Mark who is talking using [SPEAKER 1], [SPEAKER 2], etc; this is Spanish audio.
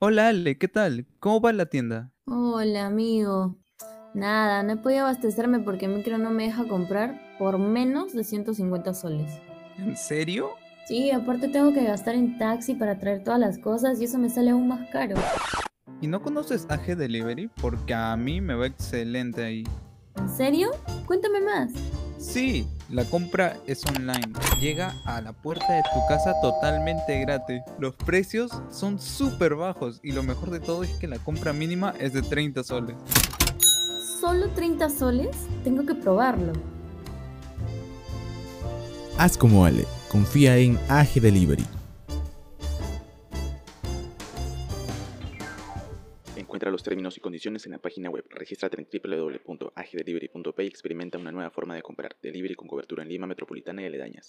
[SPEAKER 1] Hola Ale, ¿qué tal? ¿Cómo va la tienda?
[SPEAKER 2] Hola, amigo. Nada, no he podido abastecerme porque Micro no me deja comprar por menos de 150 soles.
[SPEAKER 1] ¿En serio?
[SPEAKER 2] Sí, aparte tengo que gastar en taxi para traer todas las cosas y eso me sale aún más caro.
[SPEAKER 1] ¿Y no conoces AG Delivery? Porque a mí me va excelente ahí.
[SPEAKER 2] ¿En serio? Cuéntame más.
[SPEAKER 1] Sí, la compra es online. Llega a la puerta de tu casa totalmente gratis. Los precios son súper bajos y lo mejor de todo es que la compra mínima es de 30 soles.
[SPEAKER 2] ¿Solo 30 soles? Tengo que probarlo.
[SPEAKER 3] Haz como Ale, confía en AG Delivery.
[SPEAKER 4] Encuentra los términos y condiciones en la página web. Regístrate en www.agdelivery.p y experimenta una nueva forma de comprar. Delivery con cobertura en Lima Metropolitana y aledañas.